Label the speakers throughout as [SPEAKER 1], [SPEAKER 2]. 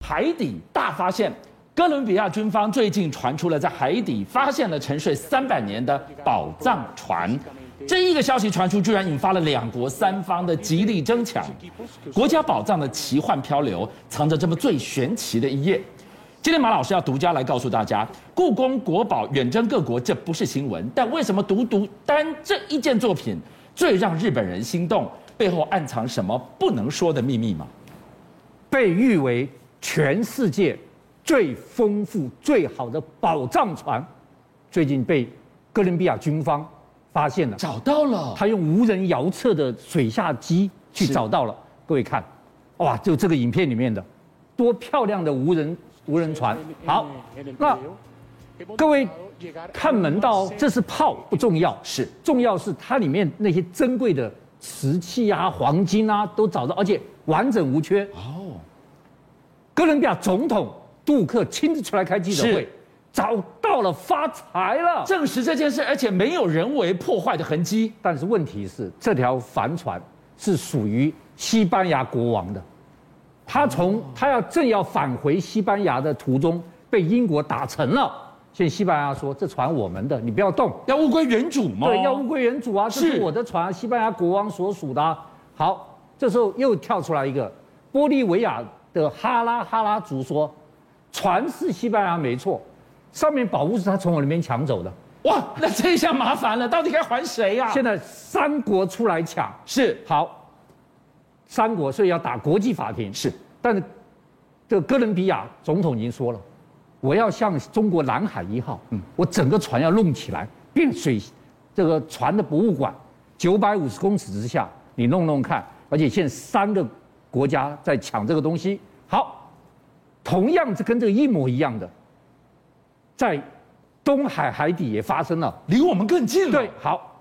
[SPEAKER 1] 海底大发现。哥伦比亚军方最近传出了在海底发现了沉睡三百年的宝藏船，这一个消息传出，居然引发了两国三方的极力争抢。国家宝藏的奇幻漂流，藏着这么最玄奇的一页。今天马老师要独家来告诉大家，故宫国宝远征各国，这不是新闻，但为什么独独单这一件作品最让日本人心动？背后暗藏什么不能说的秘密吗？
[SPEAKER 2] 被誉为全世界最丰富、最好的宝藏船，最近被哥伦比亚军方发现了。
[SPEAKER 1] 找到了，
[SPEAKER 2] 他用无人遥测的水下机去
[SPEAKER 1] 是
[SPEAKER 2] 找到了。各位看，哇，就这个影片里面的，多漂亮的无人无人船！好，那各位看门道哦，这是炮不重要，
[SPEAKER 1] 是
[SPEAKER 2] 重要是它里面那些珍贵的瓷器啊、黄金啊都找到，而且完整无缺。
[SPEAKER 1] 哦，
[SPEAKER 2] 哥伦比亚总统杜克亲自出来开记者会
[SPEAKER 1] 是，
[SPEAKER 2] 找到了，发财了。
[SPEAKER 1] 证实这件事，而且没有人为破坏的痕迹。
[SPEAKER 2] 但是问题是，这条帆船是属于西班牙国王的，他
[SPEAKER 1] 哦
[SPEAKER 2] 从他要正要返回西班牙的途中被英国打沉了。现在西班牙说这船我们的，你不要动，
[SPEAKER 1] 要物归原主吗？
[SPEAKER 2] 对，要物归原主啊，这
[SPEAKER 1] 哦是
[SPEAKER 2] 是我的船，西班牙国王所属的啊、好，这时候又跳出来一个玻利维亚的哈拉哈拉族说，船是西班牙没错，上面宝物是他从我那边抢走的。
[SPEAKER 1] 哇，那这下麻烦了，到底该还谁呀、
[SPEAKER 2] 现在三国出来抢，
[SPEAKER 1] 是
[SPEAKER 2] 好，三国所以要打国际法庭。
[SPEAKER 1] 是，
[SPEAKER 2] 但是这个哥伦比亚总统已经说了，我要向中国南海一号，嗯，我整个船要弄起来，变水，这个船的博物馆，九百五十公尺之下，你弄弄看。而且现在三个国家在抢这个东西。好，同样是跟这个一模一样的，在东海海底也发生了。
[SPEAKER 1] 离我们更近了。
[SPEAKER 2] 对，，好，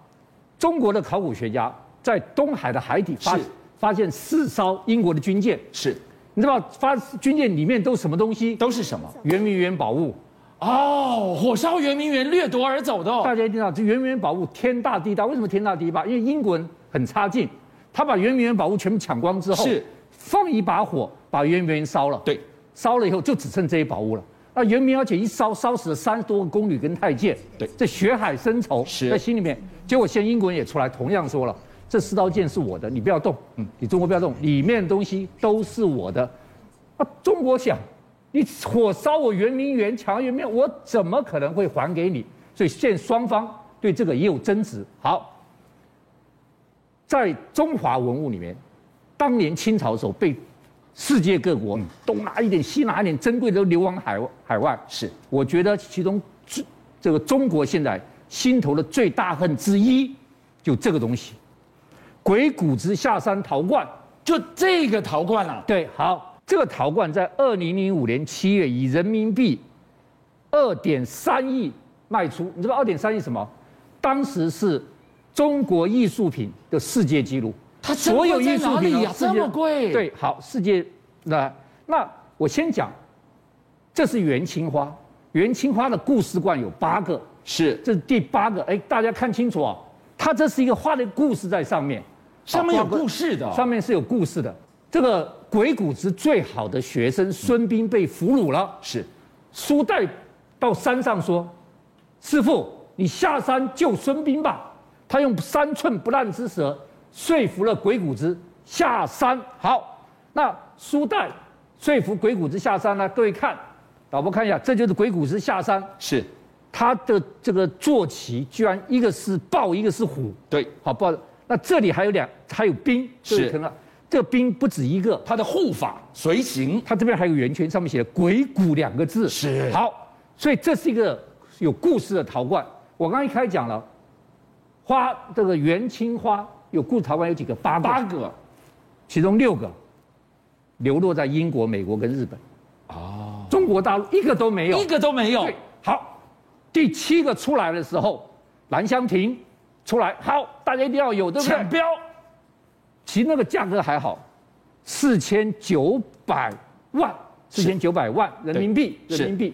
[SPEAKER 2] 中国的考古学家在东海的海底发
[SPEAKER 1] 是
[SPEAKER 2] 发现四艘英国的军舰，
[SPEAKER 1] 是
[SPEAKER 2] 你知道发军舰里面都什么东西？
[SPEAKER 1] 都是什么？
[SPEAKER 2] 圆明园宝物。
[SPEAKER 1] 哦，火烧圆明园，掠夺而走的、
[SPEAKER 2] 大
[SPEAKER 1] 哦。
[SPEAKER 2] 家一定知道，这圆明园宝物天大地大，为什么天大地大？因为英国人很差劲，他把圆明园宝物全部抢光之后，
[SPEAKER 1] 是
[SPEAKER 2] 放一把火把圆明园烧了。
[SPEAKER 1] 对，
[SPEAKER 2] 烧了以后就只剩这些宝物了。那圆明园且一烧，烧死了三十多个宫女跟太监。
[SPEAKER 1] 对
[SPEAKER 2] 这血海深仇
[SPEAKER 1] 是
[SPEAKER 2] 在心里面。结果现在英国人也出来同样说了，这四刀剑是我的，你不要动，嗯，你中国不要动，里面的东西都是我的。啊，中国想，你火烧我圆明园，抢圆明园，我怎么可能会还给你？所以现在双方对这个也有争执。好，在中华文物里面，当年清朝的时候被世界各国东拿一点西拿一点，珍贵的都流亡海外海外。
[SPEAKER 1] 是
[SPEAKER 2] 我觉得其中最这个中国现在心头的最大恨之一，就这个东西，鬼谷子下山陶罐。
[SPEAKER 1] 就这个陶罐啊，
[SPEAKER 2] 对，好，这个陶罐在二零零五年七月以人民币二点三亿卖出，你知道二点三亿什么？当时是中国艺术品的世界纪录，
[SPEAKER 1] 它珍贵在哪里呀
[SPEAKER 2] 哦世
[SPEAKER 1] 这
[SPEAKER 2] 界
[SPEAKER 1] 么贵
[SPEAKER 2] 啊对，好，世界那那我先讲，这是元青花，元青花的故事罐有八个，
[SPEAKER 1] 是
[SPEAKER 2] 这是第八个，哎，大家看清楚啊、它这是一个画的故事在上面，
[SPEAKER 1] 上面有
[SPEAKER 2] 好
[SPEAKER 1] 故事的、哦。
[SPEAKER 2] 上面是有故事的。这个鬼谷子最好的学生孙膑被俘虏了，
[SPEAKER 1] 是
[SPEAKER 2] 苏代到山上说：“师傅，你下山救孙膑吧。”他用三寸不烂之舌说服了鬼谷子下山。好，那苏代说服鬼谷子下山呢？各位看，老婆看一下，这就是鬼谷子下山，
[SPEAKER 1] 是，
[SPEAKER 2] 他的这个坐骑居然一个是豹，一个是虎。
[SPEAKER 1] 对，
[SPEAKER 2] 好不好？那这里还有两，还有冰，这
[SPEAKER 1] 是
[SPEAKER 2] 里可能这个冰不止一个，
[SPEAKER 1] 它的护法随行
[SPEAKER 2] 它这边还有个圆圈，上面写了“鬼谷”两个字。
[SPEAKER 1] 是
[SPEAKER 2] 好，所以这是一个有故事的陶罐。我刚刚一开始讲了，花这个元青花有故事陶罐有几个？八个，
[SPEAKER 1] 八个。
[SPEAKER 2] 其中六个流落在英国、美国跟日本。哦，中国大陆一个都没有，
[SPEAKER 1] 一个都没有
[SPEAKER 2] 对，，好，第七个出来的时候，兰香亭出来，好，大家一定要有，对不对
[SPEAKER 1] 抢？标
[SPEAKER 2] 其实那个价格还好，四千九百万，四千九百万人民币，
[SPEAKER 1] 对
[SPEAKER 2] 人民币，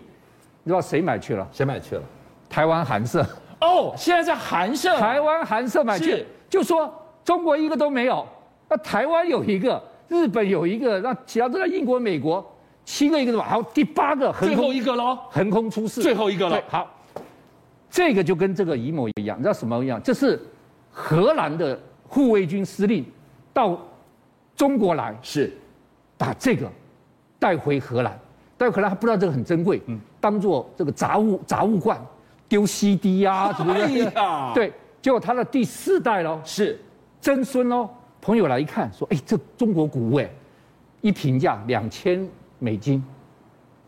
[SPEAKER 2] 你知道谁买去了？
[SPEAKER 1] 谁买去了？
[SPEAKER 2] 台湾 韩社，
[SPEAKER 1] 哦，现在在韩舍，
[SPEAKER 2] 台湾韩社买去
[SPEAKER 1] 是，
[SPEAKER 2] 就说中国一个都没有，那台湾有一个，日本有一个，那其他都在英国、美国。七个一个都把，还有第八个横
[SPEAKER 1] 最后
[SPEAKER 2] 空
[SPEAKER 1] 一个喽，
[SPEAKER 2] 横空出世，
[SPEAKER 1] 最后一个了
[SPEAKER 2] 对好，这个就跟这个乙某一样，你知道什么一样？这是荷兰的护卫军司令到中国来，
[SPEAKER 1] 是
[SPEAKER 2] 把这个带回荷兰，带回荷兰他不知道这个很珍贵，
[SPEAKER 1] 嗯
[SPEAKER 2] 当做这个杂物杂物罐丢 CD 啊，什么
[SPEAKER 1] 哎呀
[SPEAKER 2] 的，对，结果他的第四代喽，
[SPEAKER 1] 是，
[SPEAKER 2] 曾孙喽，朋友来一看说，哎，这中国古物哎，一评价两千美金，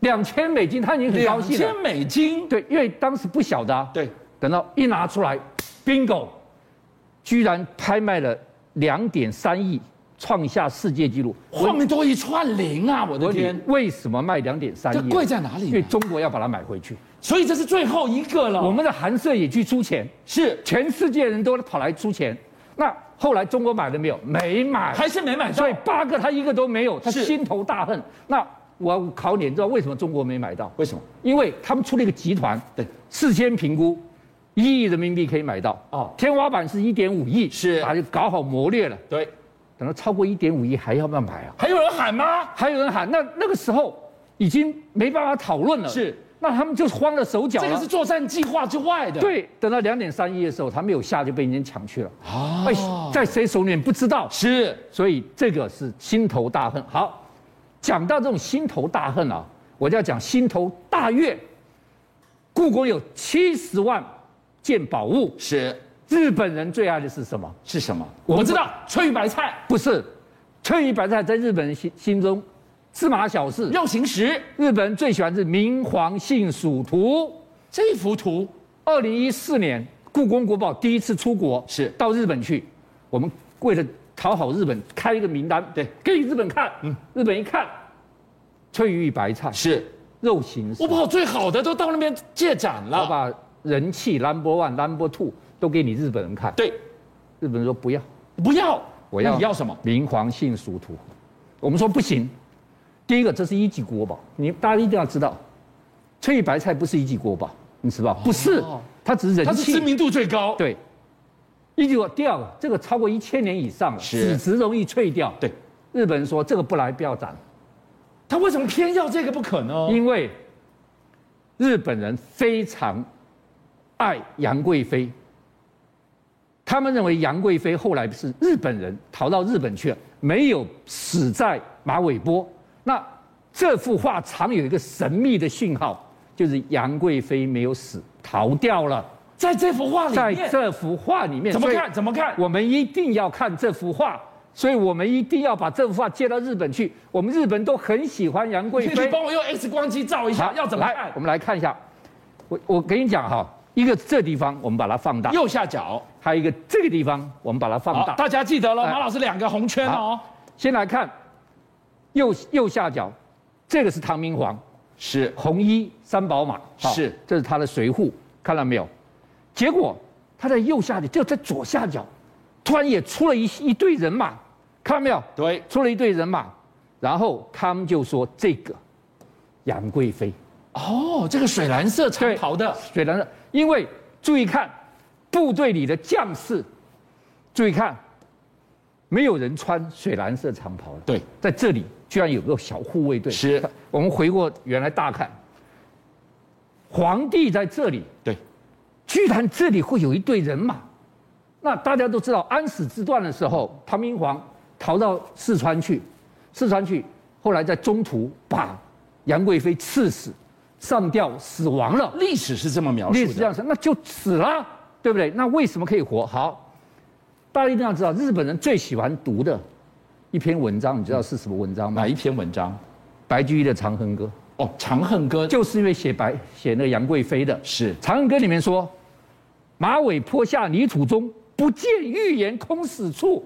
[SPEAKER 2] 两千美金他已经很高
[SPEAKER 1] 两
[SPEAKER 2] 兴了
[SPEAKER 1] 千，美金，
[SPEAKER 2] 对，因为当时不晓得啊，
[SPEAKER 1] 对，
[SPEAKER 2] 等到一拿出来，bingo，居然拍卖了两点三亿，创下世界纪录，
[SPEAKER 1] 后面多一串零啊！我的
[SPEAKER 2] 我
[SPEAKER 1] 天
[SPEAKER 2] 天，，为什么卖两点三亿？啊
[SPEAKER 1] 这贵在哪里呢
[SPEAKER 2] 因为中国要把它买回去，
[SPEAKER 1] 所以这是最后一个了。
[SPEAKER 2] 我们的韩社也去出钱，
[SPEAKER 1] 是
[SPEAKER 2] 全世界人都跑来出钱。那后来中国买了没有？没买，
[SPEAKER 1] 还是没买到
[SPEAKER 2] 所以八个他一个都没有，他
[SPEAKER 1] 是
[SPEAKER 2] 心头大恨。那我要考你，你知道为什么中国没买到？
[SPEAKER 1] 为什么？
[SPEAKER 2] 因为他们出了一个集团，
[SPEAKER 1] 对，
[SPEAKER 2] 事先评估，一亿人民币可以买到，
[SPEAKER 1] 哦
[SPEAKER 2] 哦，天花板是一点五亿，
[SPEAKER 1] 是
[SPEAKER 2] 啊，就搞好谋略了。
[SPEAKER 1] 对，
[SPEAKER 2] 等到超过一点五亿还要不要买啊？
[SPEAKER 1] 还有人喊吗？
[SPEAKER 2] 还有人喊，那那个时候已经没办法讨论了。
[SPEAKER 1] 是，
[SPEAKER 2] 那他们就慌了手脚了。
[SPEAKER 1] 这个是作战计划之外的。
[SPEAKER 2] 对，等到两点三一的时候，他没有下就被人家抢去了。
[SPEAKER 1] 啊，
[SPEAKER 2] 哎，在谁手里面不知道，
[SPEAKER 1] 是
[SPEAKER 2] 所以这个是心头大恨。好，讲到这种心头大恨啊，我就要讲心头大悦。故宫有七十万件宝物，
[SPEAKER 1] 是
[SPEAKER 2] 日本人最爱的是什么？
[SPEAKER 1] 是什么？
[SPEAKER 2] 我
[SPEAKER 1] 我
[SPEAKER 2] 们
[SPEAKER 1] 知道，翠玉白菜、
[SPEAKER 2] 不是，翠玉白菜在日本人心心中芝麻小事。
[SPEAKER 1] 肉形石
[SPEAKER 2] 日本人最喜欢是明皇信属图。
[SPEAKER 1] 这幅图
[SPEAKER 2] 二零一四年，故宫国宝第一次出国
[SPEAKER 1] 是
[SPEAKER 2] 到日本去，我们为了讨好日本，开一个名单，
[SPEAKER 1] 对，
[SPEAKER 2] 给日本看，嗯，日本一看，翠玉白菜、
[SPEAKER 1] 是
[SPEAKER 2] 肉形石
[SPEAKER 1] 我，把我最好的都到那边借展
[SPEAKER 2] 我
[SPEAKER 1] 了。
[SPEAKER 2] 把人气 number one、number two 都给你日本人看，
[SPEAKER 1] 对，
[SPEAKER 2] 日本人说不要，
[SPEAKER 1] 不要，
[SPEAKER 2] 我要
[SPEAKER 1] 那你要什么？
[SPEAKER 2] 明皇信属图，我们说不行。第一个，这是一级国宝，你大家一定要知道，翠玉白菜不是一级国宝，你知道吧？不是，它只是人
[SPEAKER 1] 哦它是
[SPEAKER 2] 气
[SPEAKER 1] 知名度最高。，
[SPEAKER 2] 对，一九第二个，这个超过一千年以上了，
[SPEAKER 1] 是
[SPEAKER 2] 纸质容易脆掉。
[SPEAKER 1] 对，
[SPEAKER 2] 日本人说这个不来不要展，
[SPEAKER 1] 他为什么偏要这个不可呢？
[SPEAKER 2] 因为日本人非常爱杨贵妃，他们认为杨贵妃后来是日本人逃到日本去了，没有死在马尾坡。那这幅画藏有一个神秘的讯号，就是杨贵妃没有死，逃掉了。
[SPEAKER 1] 在这幅画
[SPEAKER 2] 在
[SPEAKER 1] 里面，
[SPEAKER 2] 这幅画里面，
[SPEAKER 1] 怎么
[SPEAKER 2] 所以
[SPEAKER 1] 看？怎么看？
[SPEAKER 2] 我们一定要看这幅画，所以我们一定要把这幅画借到日本去。我们日本都很喜欢杨贵
[SPEAKER 1] 你
[SPEAKER 2] 妃。
[SPEAKER 1] 帮我用 X 光机照一下，要怎么
[SPEAKER 2] 来
[SPEAKER 1] 看？
[SPEAKER 2] 我们来看一下。我我跟你讲哈，一个这地方我们把它放大，
[SPEAKER 1] 右下角，
[SPEAKER 2] 还有一个这个地方我们把它放
[SPEAKER 1] 好，
[SPEAKER 2] 大。
[SPEAKER 1] 大家记得了，
[SPEAKER 2] 哎
[SPEAKER 1] 马老师两个红圈哦，
[SPEAKER 2] 先来看右右下角，这个是唐明皇
[SPEAKER 1] 是
[SPEAKER 2] 红衣三宝马，好
[SPEAKER 1] 是
[SPEAKER 2] 这是他的随扈，看到没有？结果他在右下角，就在左下角，突然也出了一一队人马，看到没有？
[SPEAKER 1] 对，
[SPEAKER 2] 出了一队人马，然后他们就说这个杨贵妃，
[SPEAKER 1] 哦，这个水蓝色长
[SPEAKER 2] 对
[SPEAKER 1] 袍的，
[SPEAKER 2] 虽然是因为注意看部队里的将士，注意看，没有人穿水蓝色长袍了。
[SPEAKER 1] 对，
[SPEAKER 2] 在这里居然有个小护卫队。
[SPEAKER 1] 是
[SPEAKER 2] 我们回过原来大看，皇帝在这里，
[SPEAKER 1] 对，
[SPEAKER 2] 居然这里会有一队人马。那大家都知道，安史之乱的时候，唐明皇逃到四川去，四川去，后来在中途把杨贵妃刺死，上吊死亡了。
[SPEAKER 1] 历史是这么描述的，
[SPEAKER 2] 历史这样说，那就死了，对不对？那为什么可以活？好，大家一定要知道，日本人最喜欢读的一篇文章，你知道是什么文章吗？
[SPEAKER 1] 哪一篇文章？
[SPEAKER 2] 白居易的《长恨歌》，
[SPEAKER 1] 哦，《长恨歌》
[SPEAKER 2] 就是因为写白写那个杨贵妃的。
[SPEAKER 1] 是
[SPEAKER 2] 《长恨歌》里面说：“马尾坡下泥土中，不见玉颜空死处，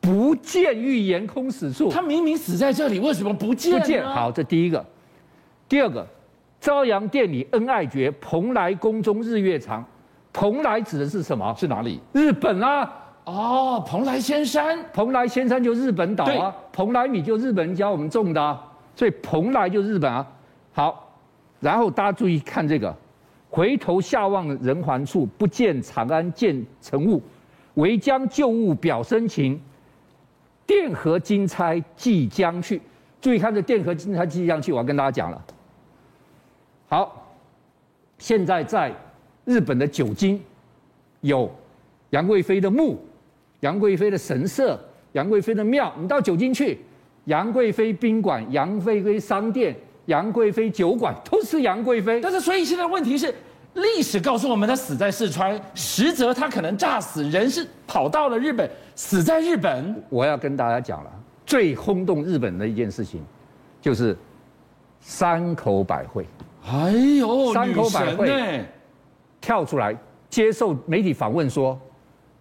[SPEAKER 2] 不见玉颜空死处。”
[SPEAKER 1] 他明明死在这里，为什么不见
[SPEAKER 2] 不
[SPEAKER 1] 呢？
[SPEAKER 2] 见。好，这第一个。第二个，朝阳殿里恩爱绝，蓬莱宫中日月长。蓬莱指的是什么？
[SPEAKER 1] 是哪里？
[SPEAKER 2] 日本啊，
[SPEAKER 1] 哦，蓬莱仙山
[SPEAKER 2] 蓬莱仙山就日本岛啊，蓬莱米就日本人教我们种的、啊，所以蓬莱就日本啊。好，然后大家注意看这个，回头下望人寰处，不见长安见尘雾，唯将旧物表深情。钿合金钗即将去，注意看这电荷侦察气象器，我要跟大家讲了。好，现在在日本的酒精有杨贵妃的墓、杨贵妃的神社、杨贵妃的庙，你到酒精去，杨贵妃宾馆、杨贵妃商店、杨贵妃酒馆都是杨贵妃。
[SPEAKER 1] 但是，所以现在问题是，历史告诉我们他死在四川，实则他可能诈死，人是跑到了日本，死在日本。
[SPEAKER 2] 我要跟大家讲了，最轰动日本的一件事情，就是山口百惠
[SPEAKER 1] 哎呦，
[SPEAKER 2] 山口
[SPEAKER 1] 女神
[SPEAKER 2] 百惠
[SPEAKER 1] 哎
[SPEAKER 2] 跳出来接受媒体访问说：“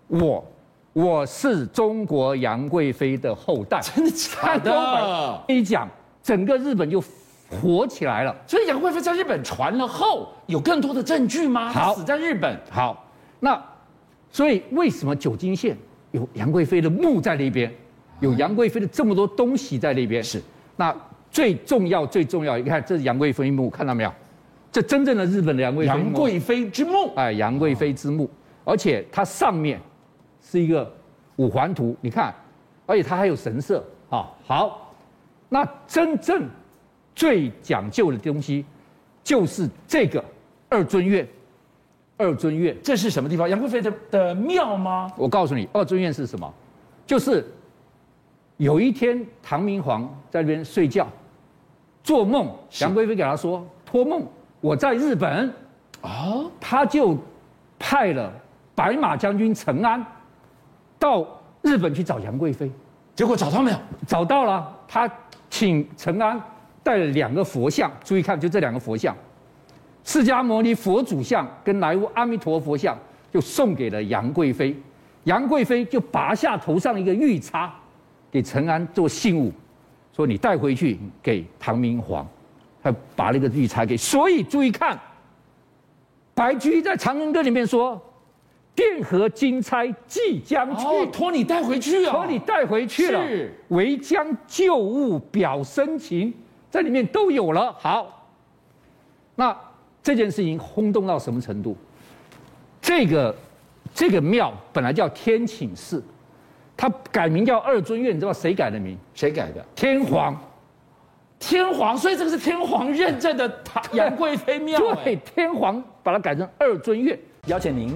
[SPEAKER 2] 我我是中国杨贵妃的后代。”
[SPEAKER 1] 真的假
[SPEAKER 2] 山口百
[SPEAKER 1] 的
[SPEAKER 2] 惠？一讲，整个日本就火起来了。
[SPEAKER 1] 所以杨贵妃在日本传了后，有更多的证据吗？她
[SPEAKER 2] 好
[SPEAKER 1] 死在日本。
[SPEAKER 2] 好，那所以为什么九金县有杨贵妃的墓在那边，有杨贵妃的这么多东西在那边？
[SPEAKER 1] 是，
[SPEAKER 2] 那最重要最重要，你看这是杨贵妃墓，看到没有？这真正的日本的杨贵妃墓。啊
[SPEAKER 1] 杨贵妃之墓，
[SPEAKER 2] 哎，杨贵妃之墓，而且它上面是一个五环图，你看，而且它还有神社啊。好，那真正最讲究的东西就是这个二尊院，二尊院。
[SPEAKER 1] 这是什么地方？杨贵妃的的庙吗？
[SPEAKER 2] 我告诉你，二尊院是什么？就是有一天唐明皇在那边睡觉，做梦，
[SPEAKER 1] 是
[SPEAKER 2] 杨贵妃给他说托梦，我在日本。
[SPEAKER 1] 哦，
[SPEAKER 2] 他就派了白马将军陈安到日本去找杨贵妃，
[SPEAKER 1] 结果找到没有？
[SPEAKER 2] 找到了，他请陈安带了两个佛像，注意看，就这两个佛像，释迦牟尼佛祖像跟莱乌阿弥陀佛像，就送给了杨贵妃。杨贵妃就拔下头上一个玉叉，给陈安做信物，说你带回去给唐明皇。他把那个玉叉给，所以注意看，白居易在《长恨歌》里面说：“电荷金钗即将去。
[SPEAKER 1] 哦，托你带回去啊！
[SPEAKER 2] 把你带回去了
[SPEAKER 1] 是，
[SPEAKER 2] 唯将旧物表深情，这里面都有了。好，那这件事情轰动到什么程度？这个这个庙本来叫天寝寺，它改名叫二尊院，你知道谁改的名？
[SPEAKER 1] 谁改的？
[SPEAKER 2] 天皇。
[SPEAKER 1] 天皇，所以这个是天皇认证的唐杨贵妃庙。 哎
[SPEAKER 2] 对，天皇把它改成二尊院。
[SPEAKER 3] 邀请您